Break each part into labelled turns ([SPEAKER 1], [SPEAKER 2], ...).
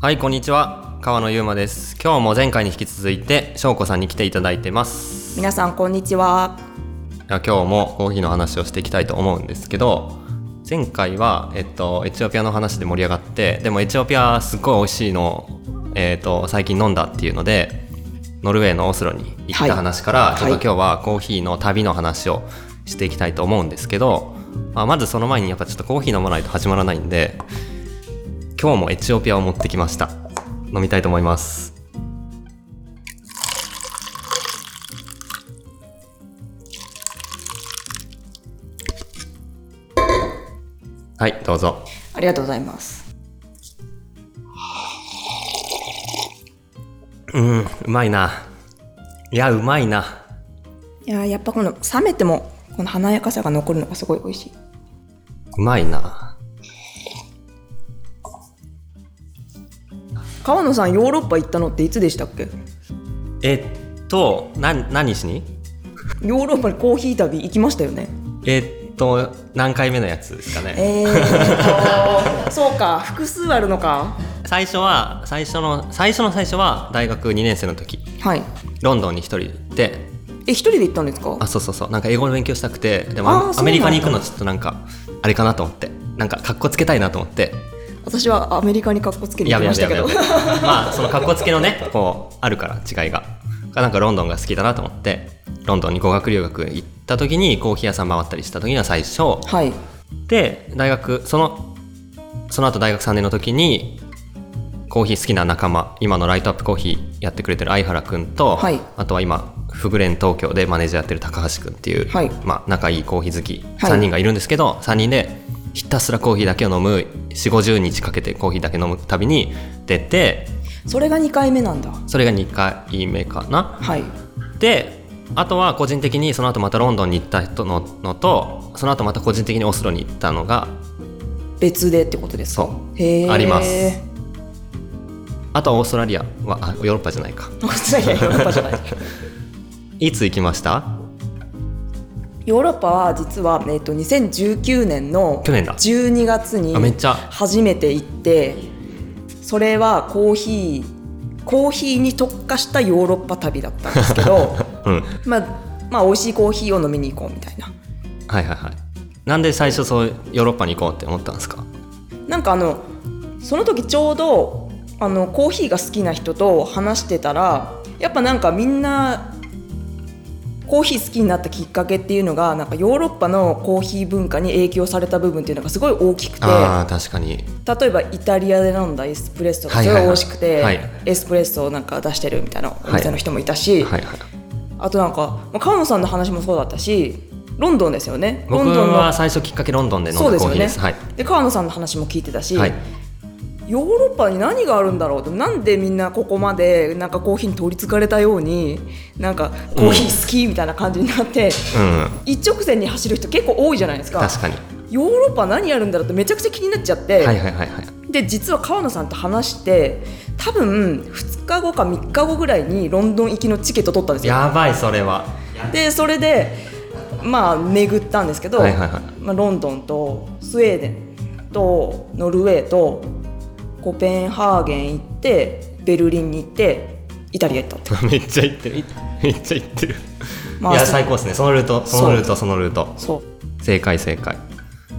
[SPEAKER 1] はいこんにちは川野優馬です今日も前回に引き続いて翔子さんに来ていただいてます
[SPEAKER 2] 皆さんこんにちは。
[SPEAKER 1] いや今日もコーヒーの話をしていきたいと思うんですけど前回は、えっと、エチオピアの話で盛り上がってでもエチオピアすっごい美味しいのを、えっと、最近飲んだっていうのでノルウェーのオスロに行った話から、
[SPEAKER 2] はい
[SPEAKER 1] ちょっと今日はコーヒーの旅の話をしていきたいと思うんですけど、まあ、まずその前にやっぱちょっとコーヒー飲まないと始まらないんで今日もエチオピアを持ってきました飲みたいと思いますはいどうぞ
[SPEAKER 2] ありがとうございます。
[SPEAKER 1] うんうまいないやうまいない
[SPEAKER 2] やーやっぱこの冷めてもこの華やかさが残るのがすごい美味しい。
[SPEAKER 1] うまいな
[SPEAKER 2] 川野さんヨーロッパ行ったのっていつでしたっけ？
[SPEAKER 1] えっとな何しに
[SPEAKER 2] ヨーロッパにコーヒー旅行きましたよね。
[SPEAKER 1] えっと何回目のやつですかね
[SPEAKER 2] え ー、とそうか複数あるのか。
[SPEAKER 1] 最初は最初の最初の最初は大学2年生の時
[SPEAKER 2] はい。
[SPEAKER 1] ロンドンに一人で行って
[SPEAKER 2] え一人で行ったんですか
[SPEAKER 1] あ？そうそうそうなんか英語の勉強したくてでも
[SPEAKER 2] あーそうなん
[SPEAKER 1] ア
[SPEAKER 2] だ
[SPEAKER 1] メリカに行くのちょっとなんかあれかなと思ってなんかかっこつけたいなと思って
[SPEAKER 2] 私はアメリカに格好つけに行
[SPEAKER 1] や
[SPEAKER 2] き
[SPEAKER 1] べ
[SPEAKER 2] ま
[SPEAKER 1] や
[SPEAKER 2] し
[SPEAKER 1] べ
[SPEAKER 2] た
[SPEAKER 1] やべや
[SPEAKER 2] けど
[SPEAKER 1] べ。 まあそのかっこつけのねこうあるから違いがなんかロンドンが好きだなと思ってロンドンに語学留学行った時にコーヒー屋さん回ったりした時には最初
[SPEAKER 2] はい。
[SPEAKER 1] で大学そのその後大学3年の時にコーヒー好きな仲間今のライトアップコーヒーやってくれてる相原くんと、
[SPEAKER 2] はい
[SPEAKER 1] あとは今フグレン東京でマネージャーやってる高橋くんっていう、
[SPEAKER 2] はい
[SPEAKER 1] まあ、仲いいコーヒー好き
[SPEAKER 2] はい
[SPEAKER 1] 3人がいるんですけど、3人でひたすらコーヒーだけを飲む4 5 0日かけてコーヒーだけ飲む旅に出て
[SPEAKER 2] それが二回目なんだ。
[SPEAKER 1] それが2回目かな
[SPEAKER 2] はい。
[SPEAKER 1] であとは個人的にその後またロンドンに行った人ののとその後また個人的にオスロに行ったのが
[SPEAKER 2] 別でってことですか。
[SPEAKER 1] そう
[SPEAKER 2] へー
[SPEAKER 1] あり ます。あとはオーストラリアはあヨーロッパじゃないか
[SPEAKER 2] オーストラリアヨーロッパじゃない。
[SPEAKER 1] いつ行きました
[SPEAKER 2] ヨーロッパは実は、えっと2019年の
[SPEAKER 1] 去年だ
[SPEAKER 2] 12月に
[SPEAKER 1] あめっちゃ
[SPEAKER 2] 初めて行ってそれはコーヒーコーヒーに特化したヨーロッパ旅だったんです けど
[SPEAKER 1] うんはい
[SPEAKER 2] まあまあ美味しいコーヒーを飲みに行こうみたいな
[SPEAKER 1] はいはいなんで最初そうヨーロッパに行こうって思ったんですか
[SPEAKER 2] なんかあのその時ちょうどあのコーヒーが好きな人と話してたらやっぱなんかみんなコーヒー好きになったきっかけっていうのがなんかヨーロッパのコーヒー文化に影響された部分っていうのがすごい大きくて
[SPEAKER 1] ああ確かに
[SPEAKER 2] 例えばイタリアで飲んだエスプレッソが
[SPEAKER 1] はい
[SPEAKER 2] す
[SPEAKER 1] は
[SPEAKER 2] ご
[SPEAKER 1] い
[SPEAKER 2] い
[SPEAKER 1] はい
[SPEAKER 2] 美味しくて、
[SPEAKER 1] はい
[SPEAKER 2] エスプレッソをなんか出してるみたいなお店の人もいたし、
[SPEAKER 1] はいはい
[SPEAKER 2] あとなんかまあ川野さんの話もそうだったしロンドンですよねロ
[SPEAKER 1] 僕
[SPEAKER 2] ンドン
[SPEAKER 1] は
[SPEAKER 2] の
[SPEAKER 1] 最初きっかけロンドンで飲ん
[SPEAKER 2] そ
[SPEAKER 1] だ
[SPEAKER 2] うです
[SPEAKER 1] コー
[SPEAKER 2] よ
[SPEAKER 1] ヒー
[SPEAKER 2] ね
[SPEAKER 1] ですはい
[SPEAKER 2] で川野さんの話も聞いてたし、
[SPEAKER 1] はい
[SPEAKER 2] ヨーロッパに何があるんだろうでもなんでみんなここまでなんかコーヒーに取りつかれたようになんかコーヒー好きみたいな感じになって、
[SPEAKER 1] うん
[SPEAKER 2] 一直線に走る人結構多いじゃないですか
[SPEAKER 1] 確かに
[SPEAKER 2] ヨーロッパ何やるんだろうってめちゃくちゃ気になっちゃって、
[SPEAKER 1] はいはいはいはい
[SPEAKER 2] で実は川野さんと話して多分2日後か3日後ぐらいにロンドン行きのチケット取ったんですよ
[SPEAKER 1] やばいそれは
[SPEAKER 2] でそれでまあ巡ったんですけど、
[SPEAKER 1] はいはいはい
[SPEAKER 2] まあ、ロンドンとスウェーデンとノルウェーとコペンハーゲン行ってベルリンに行ってイタリア行ったって
[SPEAKER 1] めっちゃ行ってるいめっちゃ行ってる、
[SPEAKER 2] まあ
[SPEAKER 1] いや
[SPEAKER 2] そう
[SPEAKER 1] 最高ですねそのルートそのルートそのルート
[SPEAKER 2] そ
[SPEAKER 1] 正解正解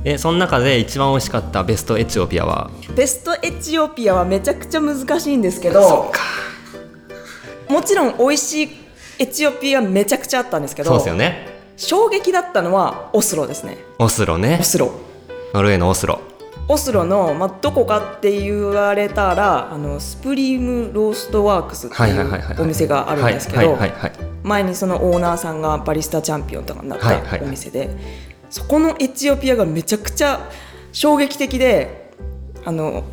[SPEAKER 1] えその中で一番美味しかったベストエチオピアは
[SPEAKER 2] うベストエチオピアはめちゃくちゃ難しいんですけどもちろん美味しいエチオピアめちゃくちゃあったんですけど
[SPEAKER 1] そうですよね
[SPEAKER 2] 衝撃だったのはオスロですね
[SPEAKER 1] オスロね
[SPEAKER 2] オスロ
[SPEAKER 1] ノルウェーのオスロ
[SPEAKER 2] オスロの、まあ、どこかって言われたらあのスプリームローストワークスって
[SPEAKER 1] はい
[SPEAKER 2] い
[SPEAKER 1] はいはいはいう
[SPEAKER 2] お店があるんですけ
[SPEAKER 1] はい
[SPEAKER 2] ど
[SPEAKER 1] はいはいはい
[SPEAKER 2] 前にそのオーナーさんがバリスタチャンピオンとかになっ
[SPEAKER 1] はいはいは
[SPEAKER 2] た
[SPEAKER 1] い
[SPEAKER 2] お店で、そこのエチオピアがめちゃくちゃ衝撃的であの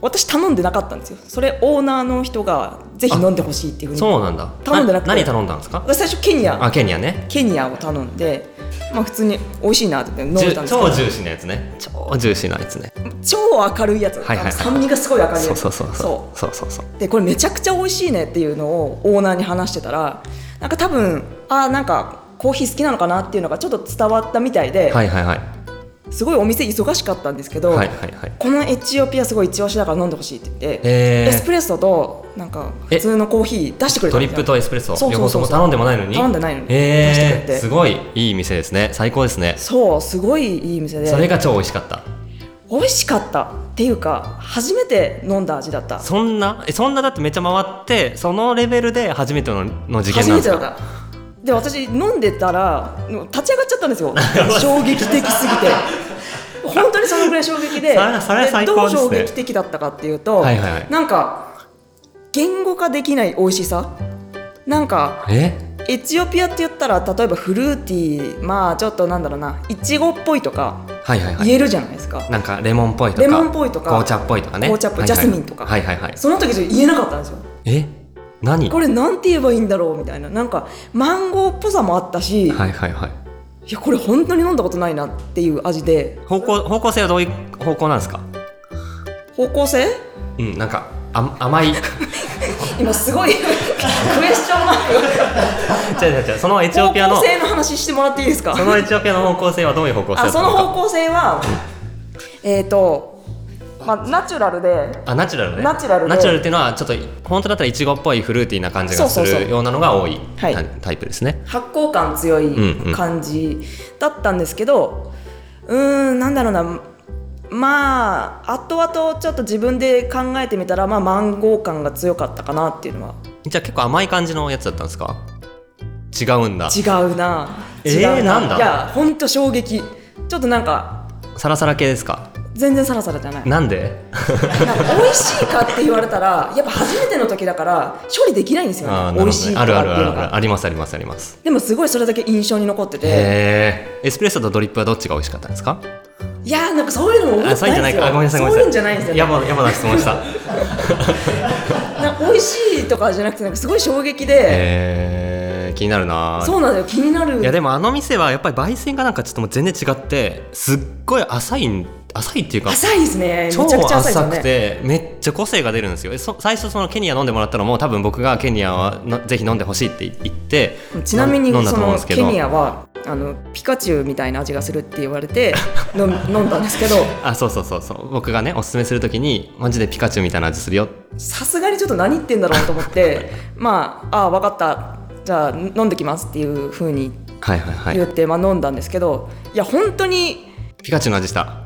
[SPEAKER 2] 私頼んでなかったんですよそれオーナーの人がぜひ飲んでほしいっていうふうに
[SPEAKER 1] そうなんだ
[SPEAKER 2] 頼んでなくて
[SPEAKER 1] 何頼んだんですか
[SPEAKER 2] 私最初ケニア
[SPEAKER 1] あケニアね
[SPEAKER 2] ケニアを頼んで、まあ、普通に美味しいなって飲め
[SPEAKER 1] ジュ
[SPEAKER 2] たんですけど
[SPEAKER 1] 超ジューシーなやつね超ジューシーなやつね
[SPEAKER 2] 超明るいやつ、
[SPEAKER 1] はいはいはい
[SPEAKER 2] 酸味がすごい明るいやつ
[SPEAKER 1] そうそうそう
[SPEAKER 2] そう
[SPEAKER 1] そうそうそう
[SPEAKER 2] でこれめちゃくちゃ美味しいねっていうのをオーナーに話してたらなんか多分あーなんかコーヒー好きなのかなっていうのがちょっと伝わったみたいで、
[SPEAKER 1] はいはいはい
[SPEAKER 2] すごいお店忙しかったんですけど、
[SPEAKER 1] はいはいはい
[SPEAKER 2] このエチオピアすごい一押しだから飲んでほしいって言って、
[SPEAKER 1] えー
[SPEAKER 2] エスプレッソとなんか普通のコーヒー出してくれた
[SPEAKER 1] ト
[SPEAKER 2] んで
[SPEAKER 1] リ
[SPEAKER 2] す
[SPEAKER 1] ッ
[SPEAKER 2] よ
[SPEAKER 1] プとエスプレッソ
[SPEAKER 2] そうそうそ
[SPEAKER 1] 両
[SPEAKER 2] うそう
[SPEAKER 1] 方とも頼んでもないのに
[SPEAKER 2] 頼んでないのに出して
[SPEAKER 1] え
[SPEAKER 2] く
[SPEAKER 1] ー、
[SPEAKER 2] れて
[SPEAKER 1] すごいいい店ですね最高ですね
[SPEAKER 2] そうすごいいい店で
[SPEAKER 1] それが超美味しかった
[SPEAKER 2] 美味しかったっていうか初めて飲んだ味だった
[SPEAKER 1] そんなえそんなだってめっちゃ回ってそのレベルで初めてのの事件
[SPEAKER 2] 初
[SPEAKER 1] なん
[SPEAKER 2] め
[SPEAKER 1] で
[SPEAKER 2] て
[SPEAKER 1] す
[SPEAKER 2] だっ
[SPEAKER 1] か
[SPEAKER 2] たで私飲んでたら立ち上がっちゃったんで すよ衝撃的すぎて本当にそのぐらい衝撃で
[SPEAKER 1] それそれ最
[SPEAKER 2] ど
[SPEAKER 1] 高
[SPEAKER 2] う
[SPEAKER 1] ですね
[SPEAKER 2] 衝撃的だったかっていうと、
[SPEAKER 1] はいはいはい
[SPEAKER 2] なんか言語化できない美味しさなんか
[SPEAKER 1] え
[SPEAKER 2] エチオピアって言ったら例えばフルーティーまあちょっとなんだろうないちごっぽいとか
[SPEAKER 1] はいはいはい
[SPEAKER 2] 言えるじゃないですか、
[SPEAKER 1] なんかレモンっぽいとか
[SPEAKER 2] レモンっぽいとか
[SPEAKER 1] 紅茶っぽいとかね
[SPEAKER 2] 紅茶っぽい
[SPEAKER 1] はは
[SPEAKER 2] ジャスミンとか
[SPEAKER 1] はいはいはい
[SPEAKER 2] その時ちょっと言えなかったんですよ
[SPEAKER 1] え何
[SPEAKER 2] これなんて言えばいいんだろうみたいななんかマンゴーっぽさもあったし、
[SPEAKER 1] はいはいはい
[SPEAKER 2] いやこれ本当に飲んだことないなっていう味で
[SPEAKER 1] 方向方向性はどういう方向なんですか
[SPEAKER 2] 方向性
[SPEAKER 1] うんなんかあ甘い 違う
[SPEAKER 2] 今すごいクエスチョンマー
[SPEAKER 1] 違う違うそのエ
[SPEAKER 2] ク
[SPEAKER 1] チオピア
[SPEAKER 2] 方
[SPEAKER 1] の
[SPEAKER 2] 向性の話してもらっていいですか
[SPEAKER 1] そのエチオピアの方向性はどういう方向性だ
[SPEAKER 2] あ
[SPEAKER 1] った
[SPEAKER 2] そ
[SPEAKER 1] の
[SPEAKER 2] の
[SPEAKER 1] か
[SPEAKER 2] 方向性はえっと、まあ、ナチュラルで
[SPEAKER 1] あナチュラルね
[SPEAKER 2] ナチュラルで
[SPEAKER 1] ナチュラルっていうのはちょっと本当だったらイチゴっぽいフルーティーな感じがす
[SPEAKER 2] そうそうそ
[SPEAKER 1] る
[SPEAKER 2] う
[SPEAKER 1] ようなのが多い
[SPEAKER 2] はい
[SPEAKER 1] タタイプですね
[SPEAKER 2] 発酵感強
[SPEAKER 1] んうん
[SPEAKER 2] い感じだったんですけどうーんなんだろうなまあ後々ちょっと自分で考えてみたら、まあ、マンゴー感が強かったかなっていうのは
[SPEAKER 1] じゃあ結構甘い感じのやつだったんですか違うんだ
[SPEAKER 2] 違うな
[SPEAKER 1] えー
[SPEAKER 2] 違う
[SPEAKER 1] なんだ
[SPEAKER 2] いやほんと衝撃ちょっとなんか
[SPEAKER 1] サラサラ系ですか
[SPEAKER 2] 全然サラサラじゃない
[SPEAKER 1] なんで
[SPEAKER 2] なんか美味しいかって言われたらやっぱ初めての時だから処理できないんですよ
[SPEAKER 1] あーなる
[SPEAKER 2] ね
[SPEAKER 1] ほど
[SPEAKER 2] 美
[SPEAKER 1] ね
[SPEAKER 2] 味しいと
[SPEAKER 1] ある
[SPEAKER 2] か
[SPEAKER 1] あ
[SPEAKER 2] って
[SPEAKER 1] る
[SPEAKER 2] いう
[SPEAKER 1] あ
[SPEAKER 2] の
[SPEAKER 1] るある
[SPEAKER 2] が
[SPEAKER 1] ありますあります
[SPEAKER 2] でもすごいそれだけ印象に残ってて
[SPEAKER 1] へえエスプレッソとドリップはどっちが美味しかったんですか
[SPEAKER 2] いやーなんかそういうのも
[SPEAKER 1] あそういうんじゃないかあごめんなさいごめんなさい
[SPEAKER 2] そういうんじゃないんですよね
[SPEAKER 1] やばやばな質問した へ
[SPEAKER 2] なんか美味しいとかじゃなくてなんかすごい衝撃で、
[SPEAKER 1] え気になるな
[SPEAKER 2] そうなんだよ気になる
[SPEAKER 1] いやでもあの店はやっぱり焙煎がなんかちょっともう全然違ってすっごい浅いん浅いっていうか
[SPEAKER 2] 浅いですねめち
[SPEAKER 1] 超
[SPEAKER 2] ゃくちゃ浅いですよ
[SPEAKER 1] 浅く
[SPEAKER 2] ね
[SPEAKER 1] てめっちゃ個性が出るんですよえそ最初そのケニア飲んでもらったのも多分僕がケニアはのぜひ飲んでほしいって言って
[SPEAKER 2] ちなみに
[SPEAKER 1] 飲んだと
[SPEAKER 2] そ
[SPEAKER 1] 思うん
[SPEAKER 2] の
[SPEAKER 1] ですけ
[SPEAKER 2] ケ
[SPEAKER 1] ど
[SPEAKER 2] ニアはあのピカチュウみたいな味がするって言われて飲飲んだんですけど
[SPEAKER 1] あそうそうそうそう僕がねおすすめするときにマジでピカチュウみたいな味するよ
[SPEAKER 2] さすがにちょっと何言ってんだろうと思ってまあああ分かったじゃあ飲んできますっていうふうに
[SPEAKER 1] はいはいは
[SPEAKER 2] 言
[SPEAKER 1] い
[SPEAKER 2] って、まあ、飲んだんですけどいや本当に
[SPEAKER 1] ピカチュウの味した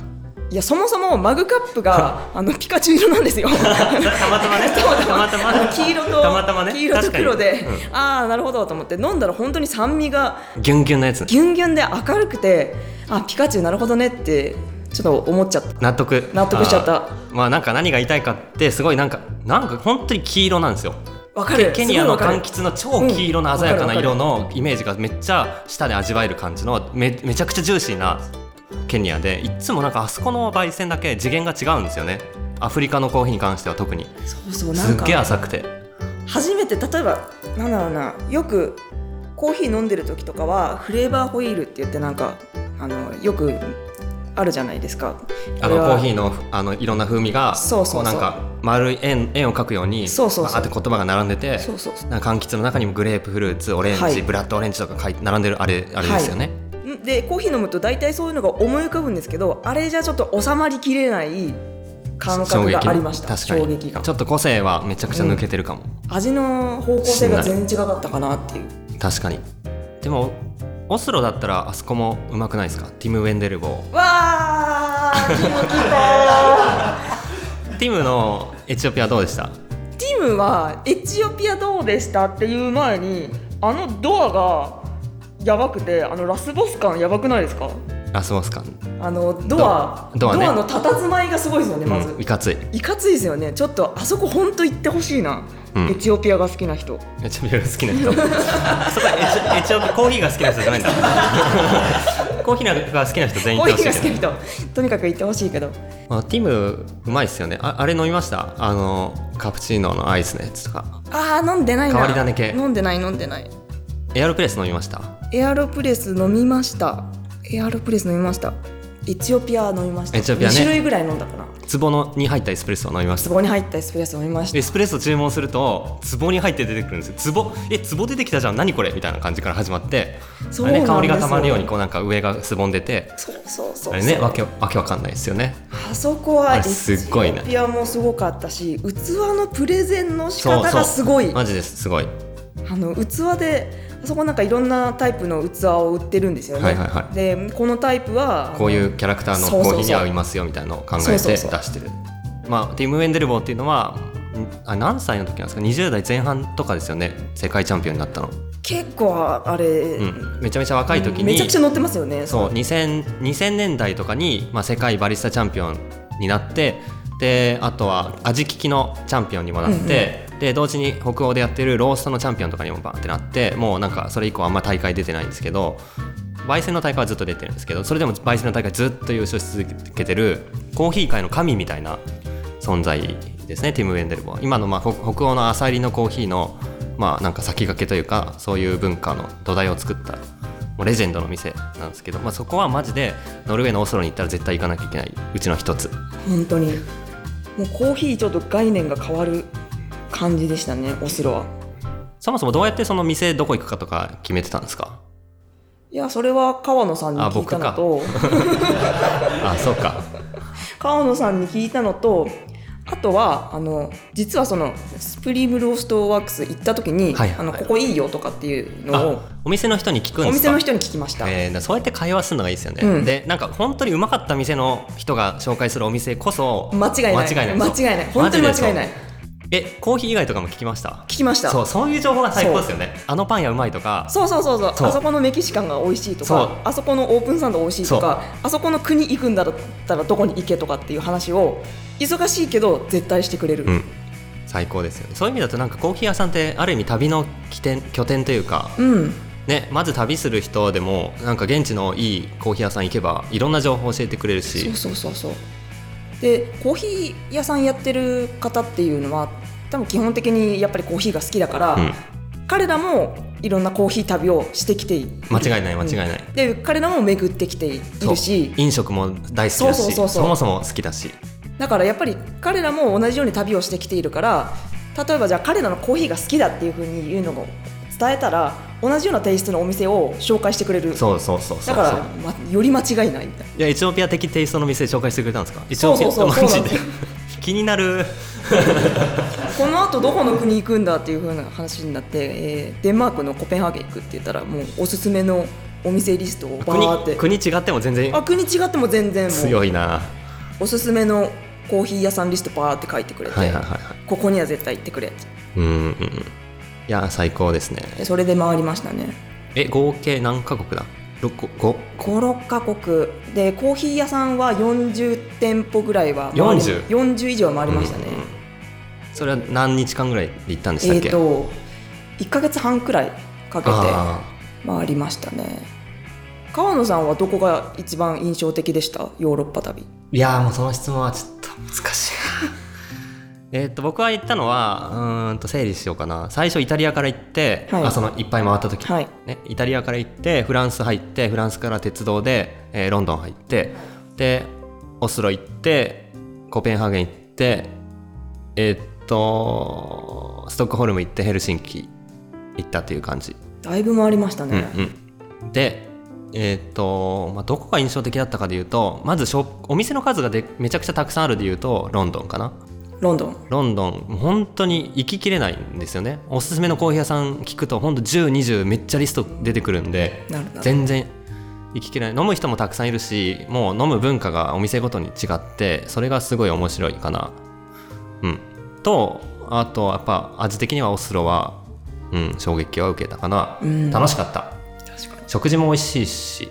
[SPEAKER 2] いやそもそもマグカップがあのピカチュウ色な んですよ。
[SPEAKER 1] たまたまねたまたま
[SPEAKER 2] あの黄色と
[SPEAKER 1] たまたまね
[SPEAKER 2] 黄色と黒で
[SPEAKER 1] 確、かに
[SPEAKER 2] ああなるほどと思って飲んだら本当に酸味が
[SPEAKER 1] ギュンギュンのやつ
[SPEAKER 2] ギュンギュンで明るくてあピカチュウなるほどねってちょっと思っちゃった
[SPEAKER 1] 納得
[SPEAKER 2] 納得しちゃった
[SPEAKER 1] あーまあなんか何が言いたいかってすごいなんかなんか本当に黄色なんですよ
[SPEAKER 2] わかる
[SPEAKER 1] ケニアの
[SPEAKER 2] すごいわ
[SPEAKER 1] 柑
[SPEAKER 2] かる
[SPEAKER 1] 橘の超黄色の鮮やかな色のイメージがめっちゃ舌で味わえる感じのめめちゃくちゃジューシーなケニアでいっつもなんかあそこの焙煎だけ次元が違うんですよねアフリカのコーヒーに関しては特に
[SPEAKER 2] そうそうな
[SPEAKER 1] す
[SPEAKER 2] ん
[SPEAKER 1] っげえ
[SPEAKER 2] か
[SPEAKER 1] 浅くて
[SPEAKER 2] 初めて例えばなんだろうなよくコーヒー飲んでる時とかはフレーバーホイールって言ってなんかあのよくあるじゃないですか
[SPEAKER 1] あの
[SPEAKER 2] これは
[SPEAKER 1] コーヒーのあのいろんな風味が
[SPEAKER 2] そうそうそ
[SPEAKER 1] こな
[SPEAKER 2] う
[SPEAKER 1] んか丸い円円を描くように
[SPEAKER 2] そうそうそう
[SPEAKER 1] バーって言葉が並んでて
[SPEAKER 2] そうそうそ
[SPEAKER 1] なんか柑橘の中にもグレープフルーツオレンジ、
[SPEAKER 2] はい
[SPEAKER 1] ブラッドオレンジとか書い並んでるあれあれですよね、
[SPEAKER 2] うんでコーヒー飲むと大体そういうのが思い浮かぶんですけどあれじゃちょっと収まりきれない感
[SPEAKER 1] 衝
[SPEAKER 2] 覚
[SPEAKER 1] 撃
[SPEAKER 2] が
[SPEAKER 1] の
[SPEAKER 2] ありました
[SPEAKER 1] 確かに
[SPEAKER 2] 衝撃が
[SPEAKER 1] ちょっと個性はめちゃくちゃ抜けてるかも、
[SPEAKER 2] 味の方向性が全然違かったかなってい う
[SPEAKER 1] 確かにでもオスロだったらあそこもうまくないですかティム・ウェンデルボ
[SPEAKER 2] わー気持ちだ
[SPEAKER 1] ーティムのエチオピアどうでした
[SPEAKER 2] ーティムはエチオピアどうでしたっていう前にあのドアがやばくてあのラスボス感やばくないですか
[SPEAKER 1] ラスボス感、
[SPEAKER 2] あのドア
[SPEAKER 1] ドアね
[SPEAKER 2] の佇まいがすごいですよねまず、
[SPEAKER 1] うん、いかつい
[SPEAKER 2] いかついですよねちょっとあそこほんと行ってほしいな、
[SPEAKER 1] うん
[SPEAKER 2] エチオピアが好きな人
[SPEAKER 1] エチオピアが好きな人そこはエチエチオピアコーヒーが好きな人じゃないんだコーヒーが好きな人全員
[SPEAKER 2] コ
[SPEAKER 1] 行
[SPEAKER 2] ー
[SPEAKER 1] って
[SPEAKER 2] ヒ
[SPEAKER 1] ほ
[SPEAKER 2] ーが
[SPEAKER 1] し
[SPEAKER 2] 好
[SPEAKER 1] い
[SPEAKER 2] き
[SPEAKER 1] け
[SPEAKER 2] な
[SPEAKER 1] ど、
[SPEAKER 2] 人とにかく行ってほしいけど
[SPEAKER 1] まあ、ティムうまいっすよねああれ飲みましたあのカプチーノのアイスのやつとか
[SPEAKER 2] あー飲んでないな
[SPEAKER 1] 変わり種系
[SPEAKER 2] 飲んでない飲んでない
[SPEAKER 1] エアロプレス飲みました
[SPEAKER 2] エアロプレス飲みましたエアロプレス飲みましたエチオピア飲みました
[SPEAKER 1] エチオピアね
[SPEAKER 2] 2種類ぐらい飲んだかな
[SPEAKER 1] 壺のに入ったエスプレッソを飲みました
[SPEAKER 2] 壺に入ったエスプレッソ飲みました
[SPEAKER 1] エスプレッソ注文すると壺に入って出てくるんですよ壺え壺出てきたじゃん何これみたいな感じから始まって
[SPEAKER 2] そう
[SPEAKER 1] あ
[SPEAKER 2] なん
[SPEAKER 1] れね
[SPEAKER 2] ですよ
[SPEAKER 1] 香りがたまるようにこうなんか上がすぼんでて
[SPEAKER 2] そうそうそうそう
[SPEAKER 1] あれねわけわけわかんないですよね
[SPEAKER 2] あそこは
[SPEAKER 1] あ
[SPEAKER 2] エ
[SPEAKER 1] れ
[SPEAKER 2] チ
[SPEAKER 1] すっごいね
[SPEAKER 2] オピアもすごかったし器のプレゼンの仕方がすごい
[SPEAKER 1] マジですすごい
[SPEAKER 2] あの器であそこなんかいろんなタイプの器を売ってるんですよね、
[SPEAKER 1] はいはいはい
[SPEAKER 2] でこのタイプは
[SPEAKER 1] こういううキャラクターの
[SPEAKER 2] そうそう
[SPEAKER 1] コ
[SPEAKER 2] そう
[SPEAKER 1] ーヒーに合いますよみたいなのを考え
[SPEAKER 2] そう
[SPEAKER 1] て出
[SPEAKER 2] そうそう
[SPEAKER 1] してるまあティム・ウェンデルボーっていうのはんあ何歳の時なんですか20代前半とかですよね世界チャンピオンになったの、
[SPEAKER 2] 結構あれ、
[SPEAKER 1] うん、めちゃめちゃ若い時に
[SPEAKER 2] めちゃくちゃ乗ってますよね
[SPEAKER 1] そう2000 2000年代とかに、まあ、世界バリスタチャンピオンになってであとは味利きのチャンピオンにもなって、で同時に北欧でやってるローストのチャンピオンとかにもバーってなってもうなんかそれ以降あんま大会出てないんですけど焙煎の大会はずっと出てるんですけどそれでも焙煎の大会ずっと優勝し続けてるコーヒー界の神みたいな存在ですねティム・ウェンデルボは今の、まあ、ほ北欧の浅入りのコーヒーの、まあ、なんか先駆けというかそういう文化の土台を作ったもうレジェンドの店なんですけど、まあ、そこはマジでノルウェーのオスロに行ったら絶対行かなきゃいけないうちの一つ
[SPEAKER 2] 本当にもうコーヒーちょっと概念が変わる感じでしたねオスロは
[SPEAKER 1] そもそもどうやってその店どこ行くかとか決めてたんです か
[SPEAKER 2] いやそれは川野さんに
[SPEAKER 1] あ
[SPEAKER 2] 聞い
[SPEAKER 1] 僕
[SPEAKER 2] た
[SPEAKER 1] か
[SPEAKER 2] のと
[SPEAKER 1] あそうか
[SPEAKER 2] 川野さんに聞いたのとあとはあの実はそのスプリームローストワークス行った時に、
[SPEAKER 1] はいはい
[SPEAKER 2] あのここいいよとかっていうのを
[SPEAKER 1] あお店の人に聞くん
[SPEAKER 2] お
[SPEAKER 1] ですか
[SPEAKER 2] 店の人に聞きました、
[SPEAKER 1] えーだそうやって会話するのがいいですよね、
[SPEAKER 2] うん
[SPEAKER 1] でなんか本当にうまかった店の人が紹介するお店こそ
[SPEAKER 2] 間違いない
[SPEAKER 1] 間違いない
[SPEAKER 2] 間違いない本当に間違い
[SPEAKER 1] マ
[SPEAKER 2] な
[SPEAKER 1] ジ
[SPEAKER 2] い
[SPEAKER 1] でえコーヒー以外とかも聞きました
[SPEAKER 2] 聞きました
[SPEAKER 1] そうそういう情報が最高ですよねあのパン屋うまいとか
[SPEAKER 2] そうそうそうそう
[SPEAKER 1] そう
[SPEAKER 2] あそこのメキシカンが美味しいと
[SPEAKER 1] そう
[SPEAKER 2] かあそこのオープンサンド美味しいとかあそこの国行くんだったらどこに行けとかっていう話を忙しいけど絶対してくれる、
[SPEAKER 1] うん最高ですよねそういう意味だとなんかコーヒー屋さんってある意味旅の起点拠点というか、
[SPEAKER 2] うん、
[SPEAKER 1] ね、まず旅する人でもなんか現地のいいコーヒー屋さん行けばいろんな情報教えてくれるし
[SPEAKER 2] そうそうそうそうでコーヒー屋さんやってる方っていうのは多分基本的にやっぱりコーヒーが好きだから、
[SPEAKER 1] うん
[SPEAKER 2] 彼らもいろんなコーヒー旅をしてきている
[SPEAKER 1] 間違いない間違いない、
[SPEAKER 2] うんで彼らも巡ってきてい
[SPEAKER 1] そう
[SPEAKER 2] るし
[SPEAKER 1] 飲食も大好きだし
[SPEAKER 2] そうそうそうそう
[SPEAKER 1] もそも好きだし
[SPEAKER 2] だからやっぱり彼らも同じように旅をしてきているから例えばじゃあ彼らのコーヒーが好きだっていうふうに言うのを伝えたら同じようなテイストのお店を紹介してくれる
[SPEAKER 1] そうそうそうそ
[SPEAKER 2] だ
[SPEAKER 1] う
[SPEAKER 2] から、ま、より間違いないみたい
[SPEAKER 1] いやエチオピア的テイストの店紹介してくれたんですかエチオピア
[SPEAKER 2] そうそうそう
[SPEAKER 1] マジ
[SPEAKER 2] そう
[SPEAKER 1] で
[SPEAKER 2] な
[SPEAKER 1] 気になる
[SPEAKER 2] なこのあとどこの国行くんだっていうふうな話になって、えーデンマークのコペンハーゲン行くって言ったらもうおすすめのお店リストをバーって
[SPEAKER 1] 国国違っても全然
[SPEAKER 2] あ国違っても全然もう
[SPEAKER 1] 強いな
[SPEAKER 2] おすすめのコーヒー屋さんリストバーって書いてくれて、
[SPEAKER 1] はいはいはいはい
[SPEAKER 2] ここには絶対行ってくれって
[SPEAKER 1] うんうんうんいや最高ですね
[SPEAKER 2] でそれで回りましたね
[SPEAKER 1] え合計何カ国だ六個
[SPEAKER 2] 56カ国でコーヒー屋さんは40店舗ぐらいは回り
[SPEAKER 1] 40?
[SPEAKER 2] 40以上は回りましたね、
[SPEAKER 1] うんうんそれは何日間ぐらいで行ったんでした
[SPEAKER 2] え
[SPEAKER 1] っ
[SPEAKER 2] っ、
[SPEAKER 1] け、
[SPEAKER 2] と1か月半くらいかけて
[SPEAKER 1] あ
[SPEAKER 2] 回りましたね川野さんはどこが一番印象的でしたヨーロッパ旅
[SPEAKER 1] ーいやーもうその質問はちょっと難しいなえっと僕が行ったのはうーんと整理しようかな最初イタリアから行って、
[SPEAKER 2] はい
[SPEAKER 1] あそのいっぱい回った時、
[SPEAKER 2] はい
[SPEAKER 1] ね、イタリアから行ってフランス入ってフランスから鉄道で、えーロンドン入ってでオスロ行ってコペンハーゲン行ってえーっとストックホルム行ってヘルシンキ行ったという感じ、
[SPEAKER 2] だいぶ回りました
[SPEAKER 1] うん
[SPEAKER 2] ね、
[SPEAKER 1] うん、でえーっと、まあ、どこが印象的だったかでいうとまずショップお店の数がでめちゃくちゃたくさんあるでいうとロンドンかな
[SPEAKER 2] ロンドン
[SPEAKER 1] ロンドン本当に行ききれないんですよねおすすめのコーヒー屋さん聞くと本当1020めっちゃリスト出てくるんで
[SPEAKER 2] なるほど
[SPEAKER 1] 全然行ききれない飲む人もたくさんいるしもう飲む文化がお店ごとに違ってそれがすごい面白いかなうんとあとやっぱ味的にはオスロは、うん、衝撃は受けたかな、
[SPEAKER 2] うん
[SPEAKER 1] 楽しかった
[SPEAKER 2] 確かに
[SPEAKER 1] 食事も美味しいし、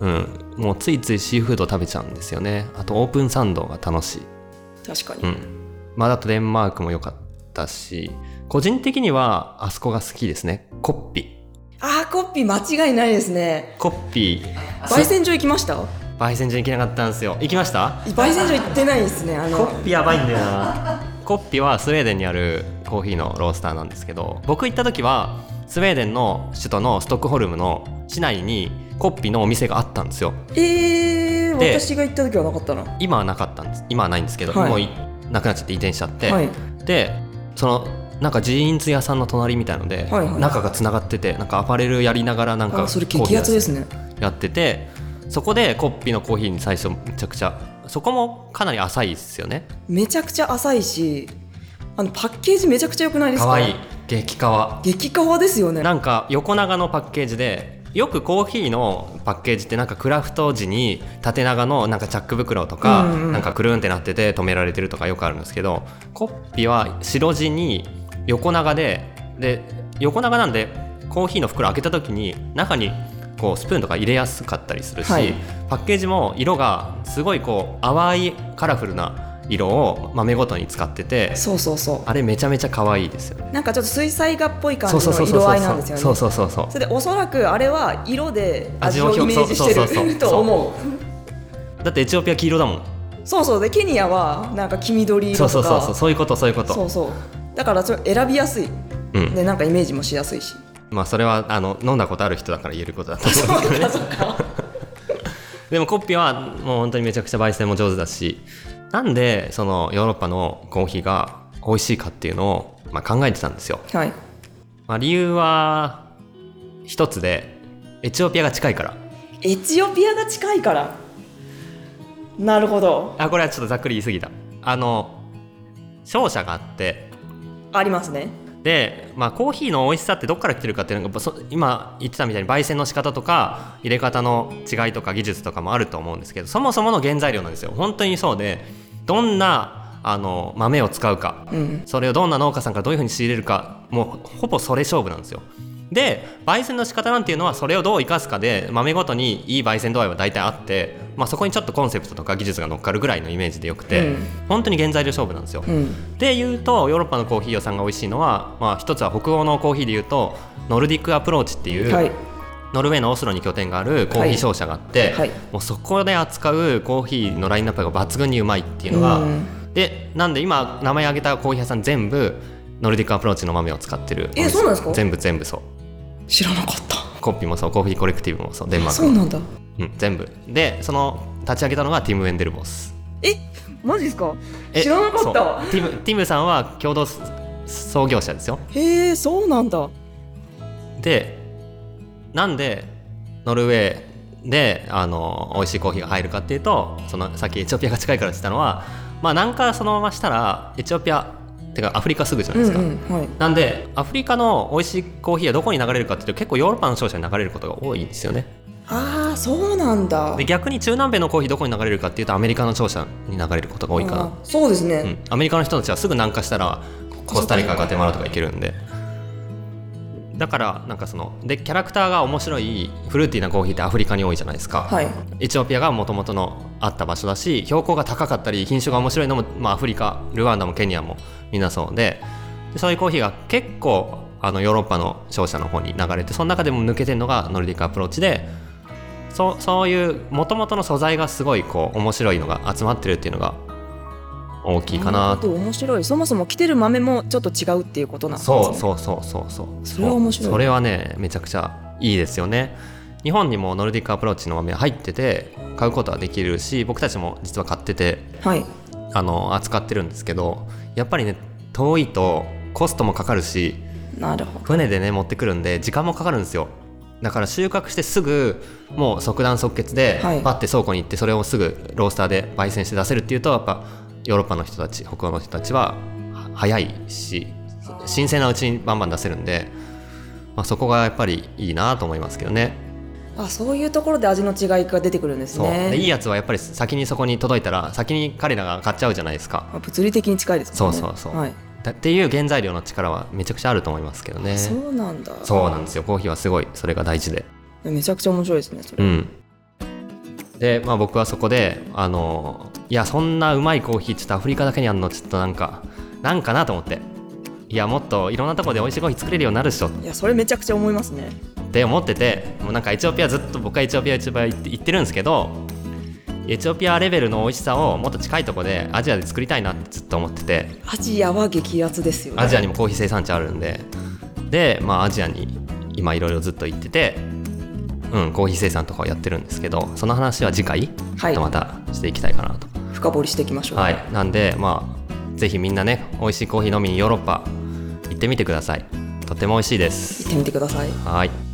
[SPEAKER 1] うん、もうついついシーフード食べちゃうんですよねあとオープンサンドが楽しい
[SPEAKER 2] 確かに、
[SPEAKER 1] うん、まあだとデンマークも良かったし個人的にはあそこが好きですねコッピ
[SPEAKER 2] あーコッピー間違いないですね
[SPEAKER 1] コッピ
[SPEAKER 2] 焙
[SPEAKER 1] ー
[SPEAKER 2] 煎所行きました
[SPEAKER 1] 焙煎所行けなかったんですよ行きました
[SPEAKER 2] 焙煎所行ってないですねあ
[SPEAKER 1] コ
[SPEAKER 2] の
[SPEAKER 1] ッピやばいんだよな コッピはスウェーデンにあるコーヒーのロースターなんですけど僕行った時はスウェーデンの首都のストックホルムの市内にコッピのお店があったんですよ
[SPEAKER 2] えー、
[SPEAKER 1] で
[SPEAKER 2] 私が行った時はなかったなは
[SPEAKER 1] 今はなかったんです今はないんですけど、
[SPEAKER 2] はい
[SPEAKER 1] もういなくなっちゃって移転しちゃって、
[SPEAKER 2] い
[SPEAKER 1] でそのなんかジーンズ屋さんの隣みたいので、
[SPEAKER 2] はいはい
[SPEAKER 1] 中がつながっててなんかアパレルやりながらなんか
[SPEAKER 2] あそれ激アツです
[SPEAKER 1] ね
[SPEAKER 2] ね
[SPEAKER 1] やっててそこでコッピのコーヒーに最初めちゃくちゃそこもかなり浅いですよね
[SPEAKER 2] めちゃくちゃ浅いしあのパッケージめちゃくちゃ良くないですか
[SPEAKER 1] 可愛い激かわ
[SPEAKER 2] 激カワですよね
[SPEAKER 1] なんか横長のパッケージでよくコーヒーのパッケージってなんかクラフト時に縦長のなんかチャック袋とか、
[SPEAKER 2] うんうん
[SPEAKER 1] なんかくるんってなってて止められてるとかよくあるんですけどコッピは白地に横長でで横長なんでコーヒーの袋開けた時に中にこうスプーンとか入れやすかったりするし、
[SPEAKER 2] はい
[SPEAKER 1] パッケージも色がすごいこう淡いカラフルな色を豆ごとに使ってて
[SPEAKER 2] そうそうそ
[SPEAKER 1] あれめちゃめちゃ可愛いですよね。
[SPEAKER 2] うなんかちょっと水彩画っぽい感
[SPEAKER 1] そう
[SPEAKER 2] じ
[SPEAKER 1] そうそ
[SPEAKER 2] の
[SPEAKER 1] うそう
[SPEAKER 2] 色
[SPEAKER 1] そ
[SPEAKER 2] 合
[SPEAKER 1] う
[SPEAKER 2] いなんですよね
[SPEAKER 1] そうそうそうそう
[SPEAKER 2] それでおそらくあれは色で味
[SPEAKER 1] 味を
[SPEAKER 2] をイメージして
[SPEAKER 1] そうそうそうそ
[SPEAKER 2] る
[SPEAKER 1] う
[SPEAKER 2] と思う
[SPEAKER 1] だってエチオピア黄色だもん
[SPEAKER 2] そうそうでケニアはなんか黄緑
[SPEAKER 1] そ
[SPEAKER 2] 色
[SPEAKER 1] うそ
[SPEAKER 2] と
[SPEAKER 1] うそうそう
[SPEAKER 2] か
[SPEAKER 1] そういうことそういうこと
[SPEAKER 2] そうそうだからそれ選びやすい
[SPEAKER 1] うん
[SPEAKER 2] でなんかイメージもしやすいし
[SPEAKER 1] まあそれはあの飲んだことある人だから言えることだと思うんですけどね
[SPEAKER 2] そっか
[SPEAKER 1] でもコッピはもう本当にめちゃくちゃ焙煎も上手だしなんでそのヨーロッパのコーヒーが美味しいかっていうのを、まあ、考えてたんですよ、
[SPEAKER 2] はい
[SPEAKER 1] まあ、理由は一つでエチオピアが近いから
[SPEAKER 2] エチオピアが近いからなるほど
[SPEAKER 1] あこれはちょっとざっくり言い過ぎたあの商社があって
[SPEAKER 2] ありますね
[SPEAKER 1] で、まあ、コーヒーの美味しさってどっから来てるかっていうのがそ今言ってたみたいに焙煎の仕方とか入れ方の違いとか技術とかもあると思うんですけどそもそもの原材料なんですよ本当にそうでどんなあの豆を使うか
[SPEAKER 2] うん
[SPEAKER 1] それをどんな農家さんからどういうふうに仕入れるかもうほぼそれ勝負なんですよで焙煎の仕方なんていうのはそれをどう生かすかで豆ごとにいい焙煎度合いは大体あって、まあ、そこにちょっとコンセプトとか技術が乗っかるぐらいのイメージでよくて、
[SPEAKER 2] うん
[SPEAKER 1] 本当に原材料勝負なんですよ、
[SPEAKER 2] うん
[SPEAKER 1] で言うとヨーロッパのコーヒー屋さんが美味しいのは、まあ、一つは北欧のコーヒーで言うとノルディックアプローチっていう、
[SPEAKER 2] はい
[SPEAKER 1] ノルウェーのオスロに拠点があるコーヒー商社があって、
[SPEAKER 2] はいはい
[SPEAKER 1] もうそこで扱うコーヒーのラインナップが抜群にうまいっていうのが、
[SPEAKER 2] うん
[SPEAKER 1] でなんで今名前挙げたコーヒー屋さん全部ノルディックアプローチの豆を使ってる
[SPEAKER 2] え
[SPEAKER 1] お店
[SPEAKER 2] そうなんですか
[SPEAKER 1] 全部全部そう
[SPEAKER 2] 知らなかった
[SPEAKER 1] コッピーもそうコーヒーコレクティブもそうデンマーク
[SPEAKER 2] そう
[SPEAKER 1] も
[SPEAKER 2] なんだ
[SPEAKER 1] うん、全部でその立ち上げたのがティム・ウェンデルボス
[SPEAKER 2] えマジですか
[SPEAKER 1] え
[SPEAKER 2] 知らなかったわ
[SPEAKER 1] そうティムティムさんは共同創業者ですよ
[SPEAKER 2] へえそうなんだ
[SPEAKER 1] でなんでノルウェーであの美味しいコーヒーが入るかっていうとそのさっきエチオピアが近いからって言ったのは、まあ、南下そのまましたらエチオピアてかアフリカすぐじゃな
[SPEAKER 2] う
[SPEAKER 1] いで
[SPEAKER 2] ん
[SPEAKER 1] すか、
[SPEAKER 2] うんはい
[SPEAKER 1] なんでアフリカの美味しいコーヒーはどこに流れるかっていうと結構ヨーロッパの商社に流れることが多いんですよね
[SPEAKER 2] ああそうなんだ
[SPEAKER 1] で逆に中南米のコーヒーどこに流れるかっていうとアメリカの商社に流れることが多いか
[SPEAKER 2] あ
[SPEAKER 1] な
[SPEAKER 2] ーそうですね、
[SPEAKER 1] うん、アメリカの人たちはすぐ南下したらコスタリカガテマラとか行けるんでだからなんかそのでキャラクターが面白いフルーティーなコーヒーってアフリカに多いじゃないですか、
[SPEAKER 2] はい
[SPEAKER 1] エチオピアがもともとのあった場所だし標高が高かったり品種が面白いのも、まあ、アフリカルワンダもケニアもみんなそうででそういうコーヒーが結構あのヨーロッパの商社の方に流れてその中でも抜けてるのがノルディックアプローチでそうそういうもともとの素材がすごいこう面白いのが集まってるっていうのが大きいかな
[SPEAKER 2] あと面白いそもそも来てる豆もちょっと違うっていうことなんですね
[SPEAKER 1] そうそうそうそうそう
[SPEAKER 2] それは面白い
[SPEAKER 1] それはねめちゃくちゃいいですよね日本にもノルディックアプローチの豆入ってて買うことはできるし僕たちも実は買ってて
[SPEAKER 2] はい
[SPEAKER 1] あの扱ってるんですけどやっぱりね遠いとコストもかかるし
[SPEAKER 2] なるほど
[SPEAKER 1] 船でね持ってくるんで時間もかかるんですよだから収穫してすぐもう即断即決で
[SPEAKER 2] はい
[SPEAKER 1] パッて倉庫に行ってそれをすぐロースターで焙煎して出せるっていうとやっぱヨーロッパの人たち北欧の人たちはは早いし新鮮なうちにバンバン出せるんで、まあ、そこがやっぱりいいなと思いますけどね
[SPEAKER 2] あそういうところで味の違いが出てくるんです
[SPEAKER 1] そう
[SPEAKER 2] ね
[SPEAKER 1] でいいやつはやっぱり先にそこに届いたら先に彼らが買っちゃうじゃないですか
[SPEAKER 2] まあ物理的に近いですからね
[SPEAKER 1] そうそうそう
[SPEAKER 2] はい、
[SPEAKER 1] だっていう原材料の力はめちゃくちゃあると思いますけどね
[SPEAKER 2] そうなんだ
[SPEAKER 1] そうなんですよコーヒーはすごいそれが大事で
[SPEAKER 2] めちゃくちゃ面白いですねそれ、
[SPEAKER 1] うん、で、まあ、僕はそこであのいやそんなうまいコーヒーちょっとアフリカだけにあんのちょっとなんかなんかなと思っていやもっといろんなとこで美味しいコーヒー作れるようになるっしょっ
[SPEAKER 2] いやそれめちゃくちゃ思いますね
[SPEAKER 1] て思っててもうなんかエチオピアずっと僕はエチオピアエチオピア行って行ってるんですけどエチオピアレベルの美味しさをもっと近いとこでアジアで作りたいなってずっと思ってて
[SPEAKER 2] アジアは激アツですよね
[SPEAKER 1] アジアにもコーヒー生産地あるんでで、まあ、アジアに今いろいろずっと行ってて、うん、コーヒー生産とかをやってるんですけどその話は次回、
[SPEAKER 2] はい
[SPEAKER 1] またしていきたいかなと
[SPEAKER 2] 深掘りしていきましょう、
[SPEAKER 1] はい、なんで、まあ、ぜひみんなね、美味しいコーヒー飲みにヨーロッパ行ってみてください。とっても美味しいです。
[SPEAKER 2] 行ってみてください
[SPEAKER 1] はい。